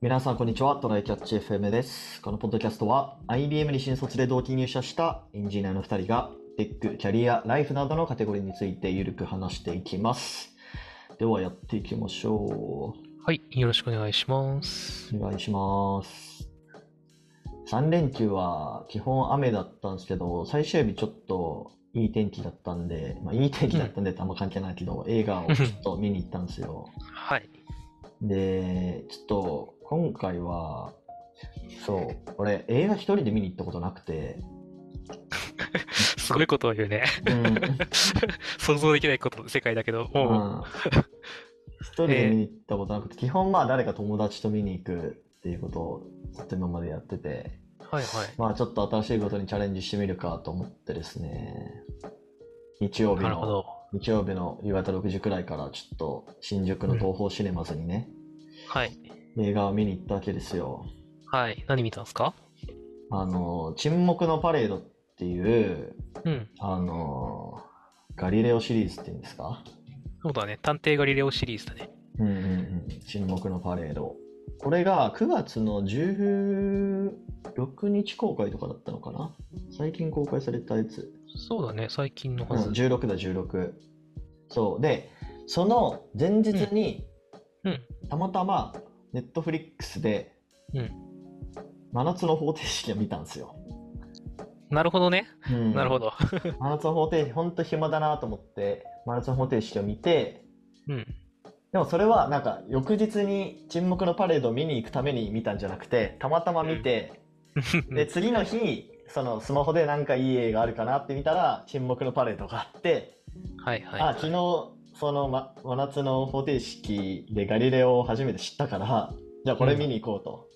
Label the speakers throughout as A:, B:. A: 皆さん、こんにちは。トライキャッチ FM です。このポッドキャストは、IBM に新卒で同期入社したエンジニアの2人が、テック、キャリア、ライフなどのカテゴリーについてゆるく話していきます。では、やっていきましょ
B: はい、よろしくお願いします。
A: う。お願いします。3連休は基本雨だったんですけど、最終日ちょっといい天気だったんで、まあ、いい天気だったんでってあんま関係ないけど、映画をちょっと見に行ったんですよ。
B: はい。
A: で、ちょっと、今回は、そう、俺、映画一人で見に行ったことなくて、
B: すごいことを言うね。
A: うん、うん
B: 想像できないこと、世界だけど。おう
A: 一人で見に行ったことなくて、基本まあ誰か友達と見に行くっていうことをずっと今までやってて、
B: はいはい。
A: まあちょっと新しいことにチャレンジしてみるかと思ってですね、日曜日
B: なる
A: の、
B: ほど。
A: 日曜日の夕方6時くらいからちょっと新宿の東宝シネマズにね、
B: はい。
A: 映画を見に行ったわけですよ。
B: はい。何見たんですか
A: あの、沈黙のパレードっていう、
B: うん。
A: あのーガリレオシリーズって言うんですか
B: そうだね。探偵ガリレオシリーズだね。
A: うんうんうん。沈黙のパレード。これが9月の16日公開とかだったのかな最近公開されたやつ。
B: そうだね。最近の
A: う
B: は
A: ん、
B: ず。
A: 16だ、16。そう。で、その前日に、
B: うん。
A: たまたま、ネットフリックスで、
B: うん
A: 真夏の方程式を見たんですよ。
B: なるほどね。
A: うん
B: なるほど。
A: 真夏の方程式、ほんと暇だなと思って、真夏の方程式を見て、
B: うん。
A: でもそれはなんか翌日に沈黙のパレードを見に行くために見たんじゃなくてたまたま見て、で次の日そのスマホでなんかいい映画あるかなって見たら沈黙のパレードがあって、
B: はいはい。
A: あ昨日その、ま、真夏の方程式でガリレオを初めて知ったからじゃあこれ見に行こうと、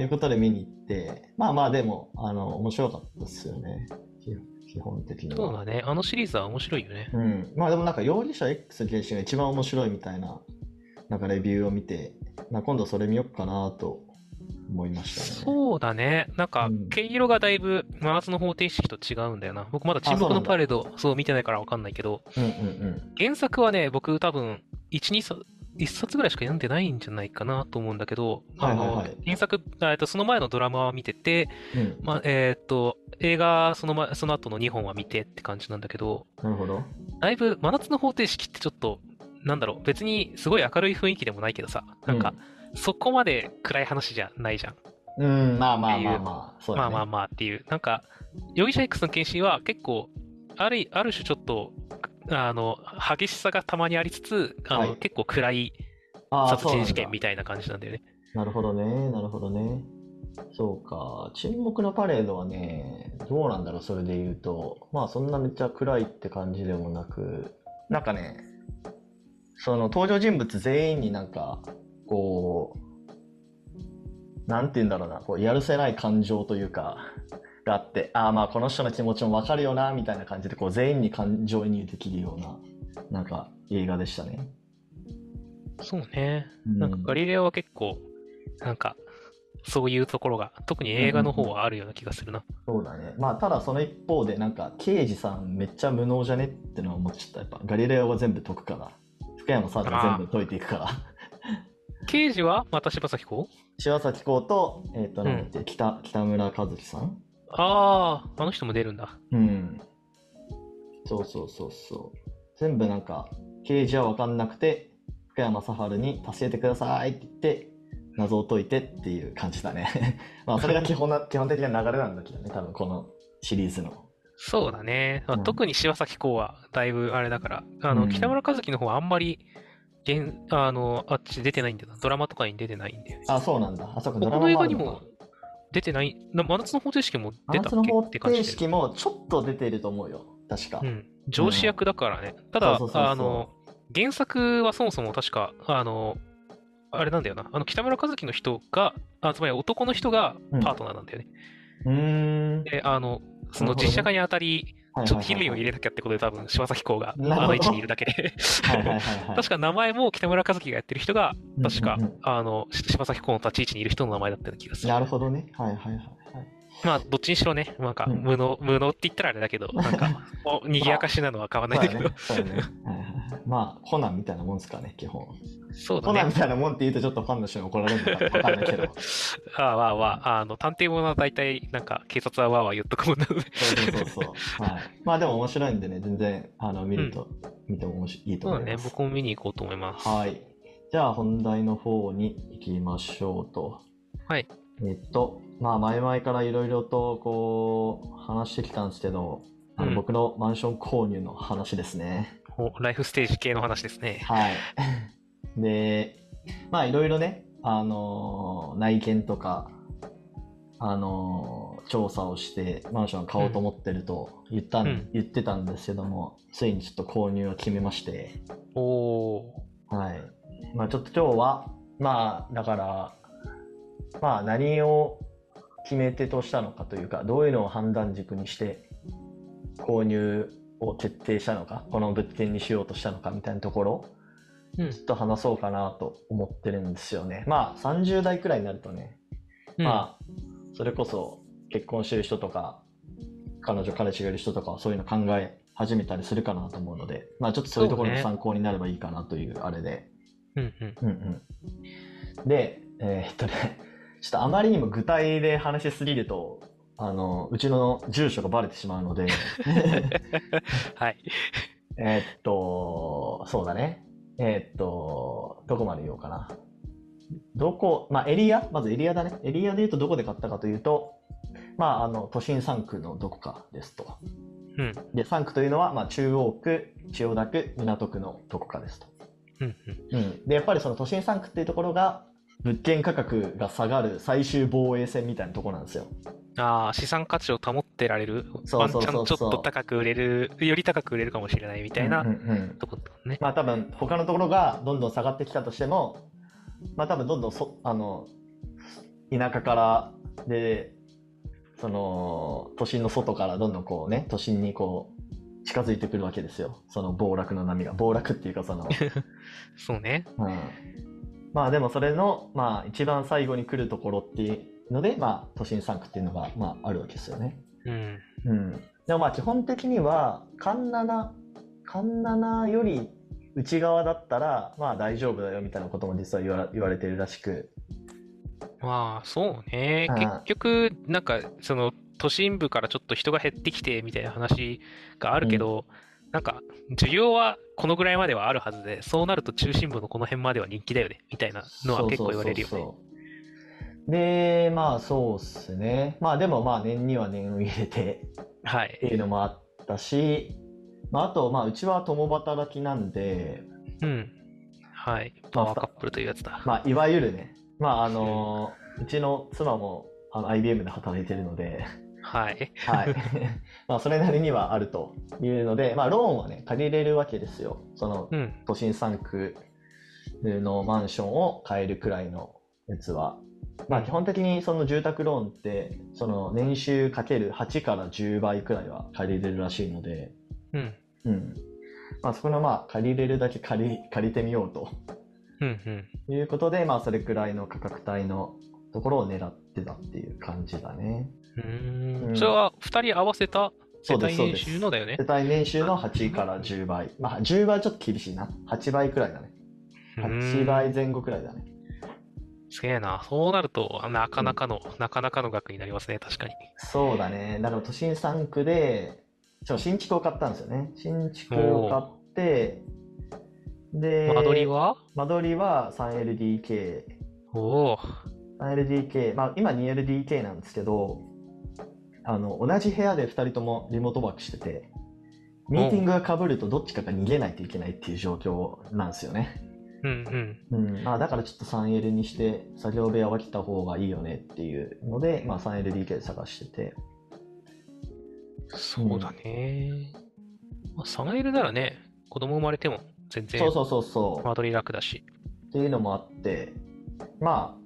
A: いうことで見に行ってまあまあでもあの面白かったですよね基基本的には
B: そうだね。あのシリーズは面白いよね。
A: うん、まあでもなんか容疑者 X 原始が一番面白いみたいななんかレビューを見て、まあ、今度それ見よっかなと思いましたね。
B: そうだね。なんか
A: うん、
B: 毛色がだいぶ真夏の方程式と違うんだよな。僕まだ沈
A: あそう
B: 黙
A: なん
B: の
A: だ
B: パレード、そう見てないからわかんないけど、
A: うんうん
B: 原作はね、僕多分、1、2冊、一冊ぐらいしか読んでないんじゃないかなと思うんだけど、あ
A: はいはい
B: の
A: はい、
B: 原作、あえっとその前のドラマは見てて、
A: うん。うん、
B: まあ、えーっと、映画、その前、その後の2本は見てって感じなんだけど、
A: なるほど。
B: だいぶ、真夏の方程式ってちょっと、なんだろう、別にすごい明るい雰囲気でもないけどさ、なんか、そこまで暗い話じゃないじゃん。
A: うん、まあまあまあまあ、そう
B: ま
A: だ
B: あ
A: ね。
B: まあまあっていう、なんか、容疑者 X の検診は結構、あるある種ちょっと、あの、激しさがたまにありつつ、あの
A: はい
B: 結構暗い
A: あー
B: 殺人事
A: そうな
B: 件
A: んだ
B: みたいな感じなんだよね。
A: なるほどね、なるほどね。そうか、沈黙のパレードはね、どうなんだろう、それで言うと、まあそんなめっちゃ暗いって感じでもなく、なんかね、その登場人物全員になんか、こう、なんて言うんだろうな、こうやるせない感情というか、があって、ああまあこの人の気持ちもわかるよな、みたいな感じで、こう全員に感情移入できるような、なんか映画でしたね。
B: そうね。なんか
A: う
B: ガリレオは結構、なんか、そういうところが、特に映画の方はあるような気がするな。
A: そうだね。まあ、ただその一方で、なんか、刑事さんめっちゃ無能じゃねってのは思っちゃった。やっぱ、ガリレオが全部解くから、福山さんが全部解いていくから、
B: 刑事はまた柴咲コウ
A: 柴咲コウと、えっ、と、
B: うん
A: なんだっけ、北、北村和樹さん
B: ああ、あの人も出るんだ。
A: うん。そうそうそうそう。全部なんか、刑事は分かんなくて、福山雅治に助けてくださいって言って、謎を解いてっていう感じだね。 まあ、それが基本な、基本的な流れなんだけどね、多分このシリーズの。
B: そうだね。まあ
A: うん
B: 特に柴咲コウはだいぶあれだから、あの、
A: うん
B: 北村和樹の方はあんまり、現あの、あっち出てないんだよな。ドラマとかに出てないんだよね。
A: あ、そうなんだ。あ、そうか、ド
B: 他
A: ラマ
B: の映
A: あ
B: 画
A: る
B: に
A: のか
B: も出てない、な真夏の方程式も
A: 真
B: 出
A: 夏
B: たっ
A: の
B: け
A: 方
B: って感
A: 程
B: じで。
A: 式もちょっと出ていると思うよ確か、
B: うん、上司役だからね。ただ
A: そうそうそうそう
B: あの、原作はそもそも確か、あの、あれなんだよな、あの北村和樹の人が、あつまり男の人がパートナーなんだよね。
A: うーん
B: で、あの、そ
A: なるほど
B: の
A: ね
B: 実写化にあたり、
A: はいはいはいはい
B: ちょっと衣類を入れなきゃってことで、多分柴咲コウが
A: なるほど
B: あの位置にいるだけで。
A: はいはいはいはい
B: 確か名前も北村和樹がやってる人が、確か、
A: うんうんうん
B: あの、し柴咲コウの立ち位置にいる人の名前だったような気がする。
A: なるほどねはいはいはいはい
B: まあ、どっちにしろね、なんか、
A: うん
B: 無能、無能って言ったらあれだけど、なんか、 お賑やかしなのは変わらないんだけど、
A: そうだねそうだね、はいはいはい、まあコナンみたいなもんですかね基本
B: そうだ
A: コナンみ
B: ね。
A: たいなもんって言うとちょっとファンの人に怒られるのかわかんないけど
B: ああ、わあわあ、あの、探偵ものは大体、なんか、警察はわあわあ言っとくもんなので。
A: そうそうそうそう、はい、まあでも面白いんでね全然あの見ると、見ても面白いいいと
B: そう
A: 思
B: だ
A: い
B: ね
A: ま。す、
B: 僕も見に行こうと思います。
A: はいじゃあ本題の方に行きましょうと
B: はい
A: えっとまあ前々からいろいろとこう話してきたんですけどあの
B: うん
A: 僕のマンション購入の話ですね、
B: おライフステージ系の話ですね。
A: はい。 で、まあいろいろね、あのー内見とか、あのー調査をしてマンション買おうと思ってると言ったん、
B: うん
A: 言ってたんですけども、ついにちょっと購入を決めまして、
B: おお
A: はい。まあちょっと今日は、まあだから、まあ何を決め手としたのかというか、どういうのを判断軸にして購入を決定したのか、この物件にしようとしたのかみたいなところ
B: ー。うん
A: ちょっと話そうかなと思ってるんですよね。まあ30代くらいになるとね、
B: うん。
A: まあそれこそ結婚してる人とか彼女彼氏がいる人とかはそういうの考え始めたりするかなと思うので、まあ、ちょっとそういうところ
B: そう
A: の
B: ね
A: 参考になればいいかなというあれで。
B: うんうん。
A: うんうん、で、えーっとねちょっとあまりにも具体で話しすぎるとあのうちの住所がバレてしまう ので
B: はい。
A: えーっと、そうだね。えーっと、どこまで言おうかな。どこ、まあエリア、まずエリアだね。エリアで言うとどこで買ったかというと、まああの、都心3区のどこかですと。
B: うん。
A: で、3区というのは、まあ中央区、千代田区、港区のどこかですと。
B: うんうん。
A: うん。で、やっぱりその都心3区っていうところが、物件価格が下がる最終防衛戦みたいなところなんですよ。
B: ああ、資産価値を保ってられる。
A: そうそうそうそう
B: ワンチャンちょっと高く売れる、より高く売れるかもしれないみたい
A: うん
B: な
A: うんうん
B: とこだね。
A: まあ多分他のところがどんどん下がってきたとしても、まあ多分どんどんそあの田舎からでその都心の外からどんどんこうね都心にこう近づいてくるわけですよその暴落の波が暴落っていうかその、
B: そうね。
A: うん、まあでもそれのまあ一番最後に来るところっていうのでまあ都心3区っていうのがまああるわけですよね。
B: うん。
A: うん、でもまあ基本的には環7環7より内側だったらまあ大丈夫だよみたいなことも実は言わ言われてるらしく
B: まあ、そうね。
A: うん
B: 結局、なんか、その、都心部からちょっと人が減ってきてみたいな話があるけど、なんか、需要はこのぐらいまではあるはずで、そうなると中心部のこの辺までは人気だよね、みたいなのは結構言われるよ
A: そうそう
B: ね。
A: そうそうでまあそうっすねまあでもまあ年には年を入れて
B: はい
A: って。いうのもあったし、まあ、あとまあうちは共働きなんで、
B: うん。はい。パワーカップルというやつだ。
A: まあ、いわゆるねまああのうちの妻もあの IBM で働いてるので。
B: はい。
A: はい、 まあそれなりにはあるというので、まあ、ローンはね借りれるわけですよその
B: うん。
A: 都心3区のマンションを買えるくらいのやつは、まあ、基本的にその住宅ローンってその年収かける8から10倍くらいは借りれるらしいので、
B: うん。
A: うんまあ、そこのまあ借りれるだけ借り借りてみようと
B: うん。うん。
A: いうことで、まあ、それくらいの価格帯のところを狙ってたっていう感じだね。
B: うー。
A: うんん
B: それは2人合わせた
A: そう
B: 世
A: で
B: 帯
A: すそうで
B: 年
A: す
B: 収のだよね
A: 世。帯年収の8から10倍。まあ、10倍ちょっと厳しいな。8倍くらいだね。
B: うー
A: 8
B: ん
A: 倍前後くらいだね。
B: すげえな。そうなると、あなかなかの、なかなかの額になりますね、確かに。
A: そうだね。だから都心3区で、ちょ新築を買ったんですよね。新築を買って、で、
B: 間取りは
A: 間取りは 3LDK。
B: おお。
A: 3LDK、まあ今 2LDK なんですけど、あの、同じ部屋で2人ともリモートワークしてて、ミーティングが被るとどっちかが逃げないといけないっていう状況なんですよね。
B: うんうん。
A: うん、まあだからちょっと 3L にして作業部屋は来た方がいいよねっていうので、まあ、3LDK で探してて
B: そうだね。まあ、3L ならね、子供生まれても全
A: そ
B: 然
A: うそうそうそ
B: 間取り楽だし。
A: うっていうのもあってま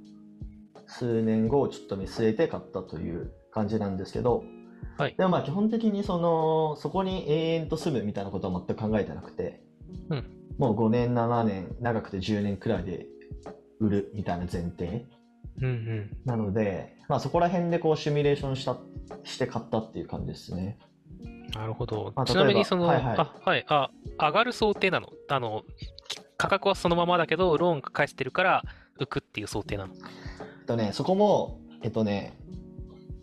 A: あ数年後をちょっと見据えて買ったという感じなんですけど、
B: はい
A: でもまあ基本的にそのそこに永遠と住むみたいなことは全く考えてなくて、
B: うん
A: もう5年7年長くて10年くらいで売るみたいな前提、
B: うんうん。
A: なので、まあ、そこら辺でこうシミュレーションしたして買ったっていう感じですね。
B: なるほど
A: まあ。
B: ちな
A: 例
B: み
A: え
B: に
A: ば
B: その、
A: はいはい
B: あ、はい、あ、上がる想定なのあの、き価格はそのままだけど、ローンが返してるから浮くっていう想定なの。
A: えっとね、そこも、えっとね、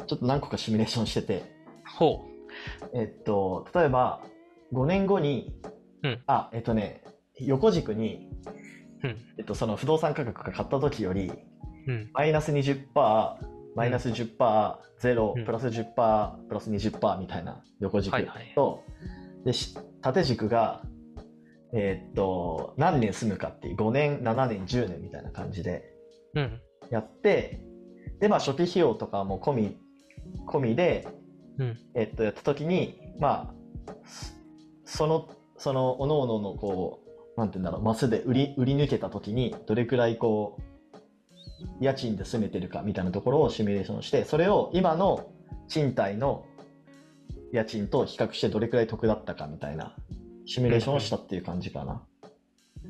A: ちょっと何個かシミュレーションしてて、
B: ほ
A: えっと、例えば、5年後に、
B: うん
A: あ、えっとね、横軸に、
B: うん
A: えっと、その不動産価格が買った時より、
B: う。うん。
A: マイナス20%、マイナス10%、ゼロ、
B: うん
A: プラス10%、プラス20%みたいな横軸と、
B: はいはい
A: でし縦軸が、えーっと、何年住むかっていう、5年、7年、10年みたいな感じで
B: うん。
A: やって、で、まあ、初期費用とかも込み、込みで、
B: うん
A: えっと、やった時に、まあ、そその、その、おのおのの、こう、なんて言うんだろう、マスで売り、売り抜けた時に、どれくらい、こう、家賃で住めてるかみたいなところをシミュレーションして、それを今の賃貸の家賃と比較してどれくらい得だったかみたいなシミュレーションをしたっていう感じかな。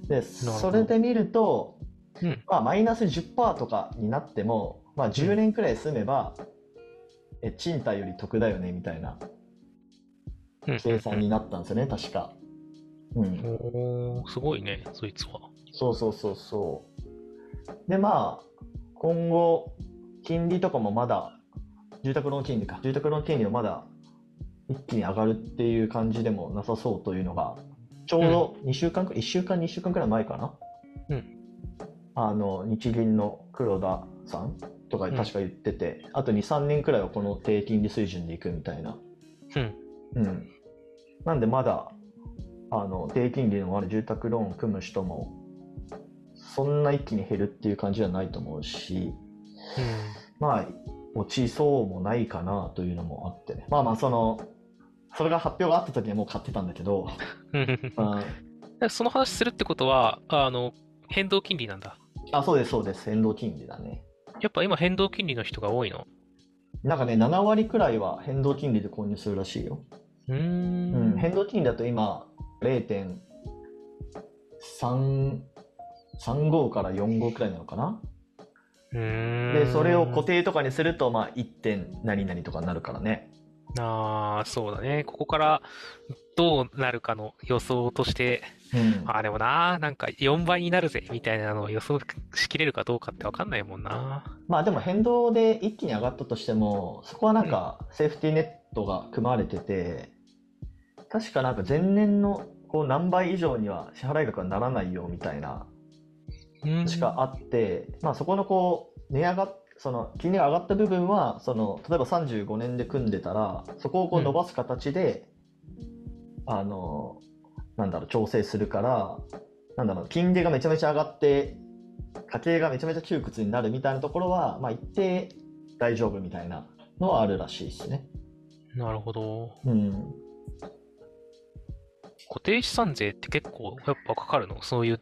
A: で、
B: ほど
A: それで見ると、
B: うん。
A: まあ、マイナス10%とかになっても、まあ、10年くらい住めば、え賃貸より得だよねみたいな
B: うん。
A: 計算になったんですよね、確か。うん、
B: おーすごいね、そいつは。
A: そうそうそうそう。で、まあ、今後、金利とかもまだ、住宅ローン金利か、住宅ローン金利もまだ一気に上がるっていう感じでもなさそうというのが、ちょうど2週間く、1週間、2週間くらい前かな。
B: うん
A: あの、日銀の黒田さんとか確か言ってて、あと2、3年くらいはこの低金利水準でいくみたいな。
B: うん。
A: うん、なんでまだあの低金利のある住宅ローンを組む人もそんな一気に減るっていう感じはないと思うしまあ落ちそうもないかなというのもあってねまあまあそのそれが発表があった時にはもう買ってたんだけど、
B: うん。
A: うん、
B: その話するってことは、あの、変動金利なんだ。
A: あそうですそうです変動金利だね
B: やっぱ今変動金利の人が多いの。
A: なんかね7割くらいは変動金利で購入するらしいよ、
B: うー
A: うん
B: ん。
A: 変動金利だと今0.335から45くらいなのかな
B: うーん
A: でそれを固定とかにするとまあ1点何々とかになるからね
B: ああ、そうだね。ここからどうなるかの予想として、
A: うん
B: ああ、でもな、なんか4倍になるぜみたいなのを予想しきれるかどうかってわかんないもんな。
A: まあでも変動で一気に上がったとしてもそこはなんかセーフティーネットが組まれてて確かなんか前年のこう何倍以上には支払い額はならないよみたいな
B: うん。
A: しかあって、まあそこのこう値上がっその金利が上がった部分はその例えば35年で組んでたらそこをこう伸ばす形で、あのなんだろう調整するからなんだろう金利がめちゃめちゃ上がって家計がめちゃめちゃ窮屈になるみたいなところは、まあ、一定大丈夫みたいなのはあるらしいですね。
B: なるほど。
A: うん、
B: 固定資産税って結構やっぱかかるのそういう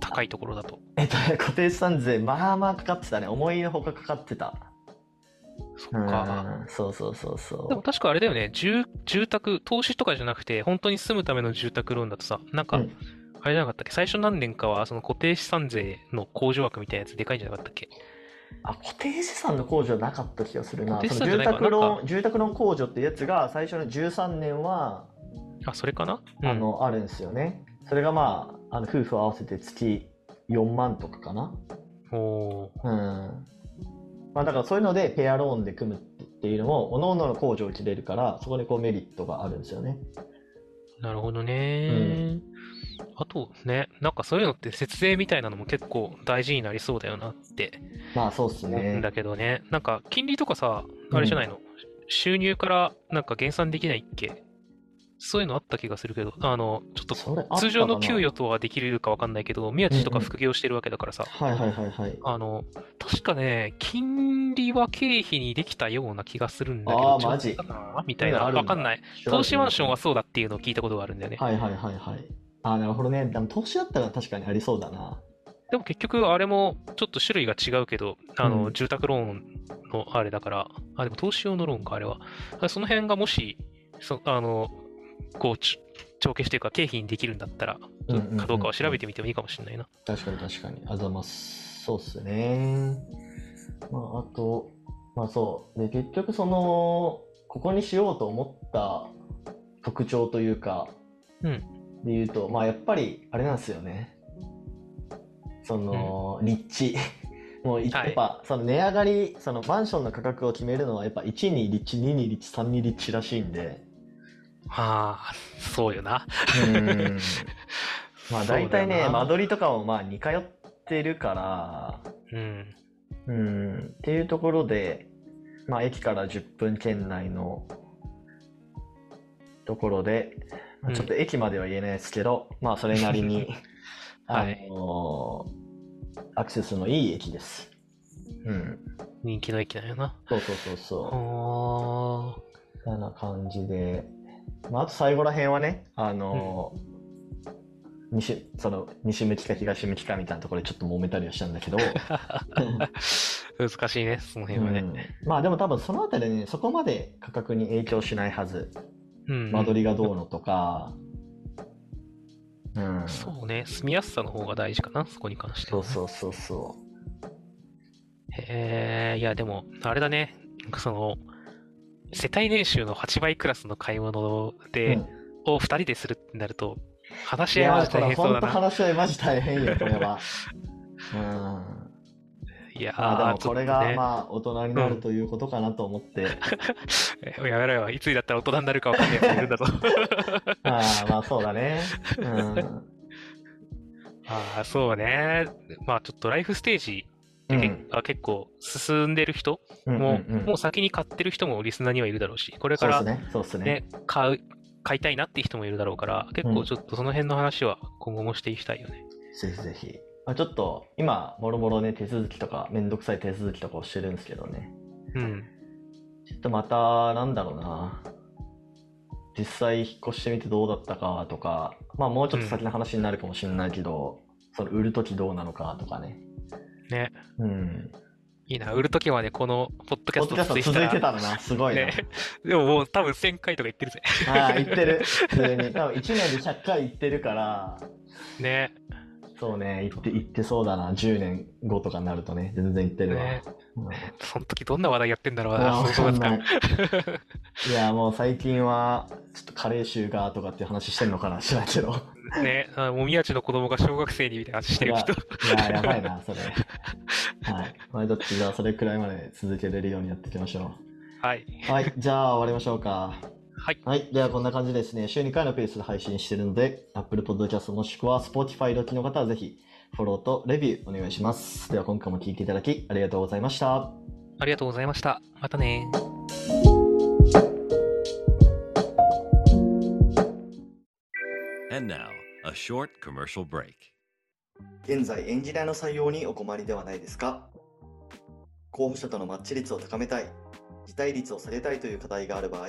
B: 高いところだと。
A: えっとね固定資産税まあまあかかってたね思いのほかかかってた。
B: そっか。
A: うんそうそうそうそう。
B: でも確かあれだよね、住住宅、投資とかじゃなくて、本当に住むための住宅ローンだとさ、なんか、
A: うん
B: あれじゃなかったっけ、最初何年かはその固定資産税の控除額みたいなやつでかいんじゃなかったっけ。
A: あ固定資産の控除はなかった気がするな
B: 固定資
A: そ
B: 産
A: の
B: じゃ
A: 住
B: ないか
A: 宅ロ
B: なん
A: ーン住宅ローン控除ってやつが最初の13年は、
B: あ、それかな
A: あ、のあるんですよねそれがまああの夫婦合わせて月4万とかかな
B: うん、おー
A: うんまあだからそういうのでペアローンで組むっていうのもおののの控除を受けれるからそこにこうメリットがあるんですよね
B: なるほどね、
A: う
B: あとね、なんかそういうのって節税みたいなのも結構大事になりそうだよなって
A: まあそうっす
B: 思うん
A: ね
B: だけどね、なんか金利とかさ、あれじゃないの、収入からなんか減算できないっけそういうのあった気がするけど、あの、ちょっと
A: それあったかな
B: 通常の給与とはできるかわかんないけど、宮地とか
A: うんうん
B: 副業してるわけだからさ、
A: はいはいはいはい
B: あの、確かね、金利は経費にできたような気がするんだけ
A: あ
B: ど、
A: ーマジ
B: 違ったかなみたいな、
A: そういうのあるんだ
B: わかんない。投資マンションはそうだっていうのを聞いたことがあるんだよね。
A: はいはいはいはいあなるほどねでも投資だったら確かにありそうだな
B: でも結局、あれもちょっと種類が違うけど、あの、
A: うん
B: 住宅ローンのあれだから、あ、でも投資用のローンか、あれは。その辺がもし、そあの、こう、ち帳消しというか経費にできるんだったら、
A: うんうんうんうん
B: かどうかは調べてみてもいいかもしれないな。
A: 確かに確かに。あざます。そうっすね。まあ、あと、まあそう。で、結局その、ここにしようと思った特徴というか、
B: うん
A: で言うと、まあやっぱり、あれなんですよね。その、立地。 もうい
B: はい
A: やっぱ、その値上がり、そのマンションの価格を決めるのは、やっぱ1に立地、2に立地、3に立地らしいん で、
B: ああ、そうよな。
A: まあ
B: そうだよ
A: 大体ね、
B: な
A: 間取りとかもまあ似通ってるから、
B: うん。
A: うん、っていうところで、まあ駅から10分圏内のところで、まあ
B: うん
A: ちょっと駅までは言えないですけど、まあそれなり に、あ
B: はい
A: のアクセスのいい駅です。うん。
B: 人気の駅だよな。
A: そうそうそうそう。
B: あ
A: なな感じで、まあ、あと最後らへんはね、あのー西その西向きか東向きかみたいなところでちょっと揉めたりはしたんだけ ど、
B: あ。 難しいね、その
A: う
B: 辺はね。
A: ん、まあでも多分そのあたりねそこまで価格に影響しないはず
B: うん。
A: 間取りがどうのとか、うん、そ
B: そうね、住みやすさの方が大事かな、そこに関しては
A: う
B: ね、
A: そうそうそ
B: へえ、いや、でも、あれだね、なんかその、世帯年収の8倍クラスの買い物
A: う、
B: で、
A: うん
B: を2人でするってなると、話
A: い
B: し合い
A: や
B: は
A: ーこ
B: 大
A: れ
B: 変そう
A: 本
B: だ
A: 当
B: な。
A: 話し合いマジ大変よこれは、 うん
B: いやー、
A: まあ、でも
B: ちょ
A: こ
B: っと
A: れ
B: ね
A: がまあ大人になるということかなと思って、
B: え やめろよ、いつにだったら大人になるかわかんないやつがいる んだぞ。
A: ああ、まあそうだね。うん。
B: ああ、そうね。まあ、ちょっとライフステージで結
A: うん
B: あ結構進んでる人
A: うん
B: も、
A: うんうん
B: もう先に買ってる人もリスナーにはいるだろうし、これ
A: そ
B: か
A: うで
B: ら
A: すね。そうですね。
B: ね、買う、買いたいなって人もいるだろうから、結
A: う
B: 構
A: ん
B: ちょっとその辺の話は今後もしていきたいよね。
A: ぜひぜひ。まあ、ちょっと今、もろもろね、手続きとか、めんどくさい手続きとかをしてるんですけどね。
B: うん。
A: ちょっとまた、なんだろうな。実際引っ越してみてどうだったかとか、まあもうちょっと先の話になるかもしれないけど、その売るときどうなのかとかね。
B: ね。
A: うん。
B: いいな、売るときはね、このポッドキ
A: ポッ
B: ャ
A: ド
B: スト
A: キャスト
B: た
A: 続い
B: ら
A: てたのな、すごいな。
B: ね。でももう多分1000回とか言って るぜ。
A: ああ、言ってる。普通に。多分1年で100回言ってるから、
B: ね。
A: そうね、行って、行ってそうだな、10年後とかになるとね、全然行ってるわ。
B: ね
A: うん
B: その時どんな話題やってんだろう
A: あ
B: な、
A: わ
B: そ
A: か
B: うなんん
A: な
B: か
A: い。いや、もう最近は、ちょっとカレー臭がとかっていう話してんのかな、知らんけど。
B: ね。あのもみやちの子供が小学生にみたいな話してる人。
A: い や、やばいな、それ。はい。まあ、どっちじゃあ、それくらいまで続けれるようにやっていきましょ
B: はい。
A: う。はい、じゃあ、終わりましょうか。
B: はい。
A: はい。では、こんな感じですね。週2回のペースで配信してるので、Apple Podcast もしくは Spotify 時の方はぜひ、フォローとレビューお願いします。では、今回も聞いていただき、ありがとうございました。
B: ありがとうございました。またね
C: ー And now, a short commercial break.
A: 現在エンジニアの採用にお困りではないですか候補者とのマッチ率を高めたい辞退率を下げたいという課題がある場合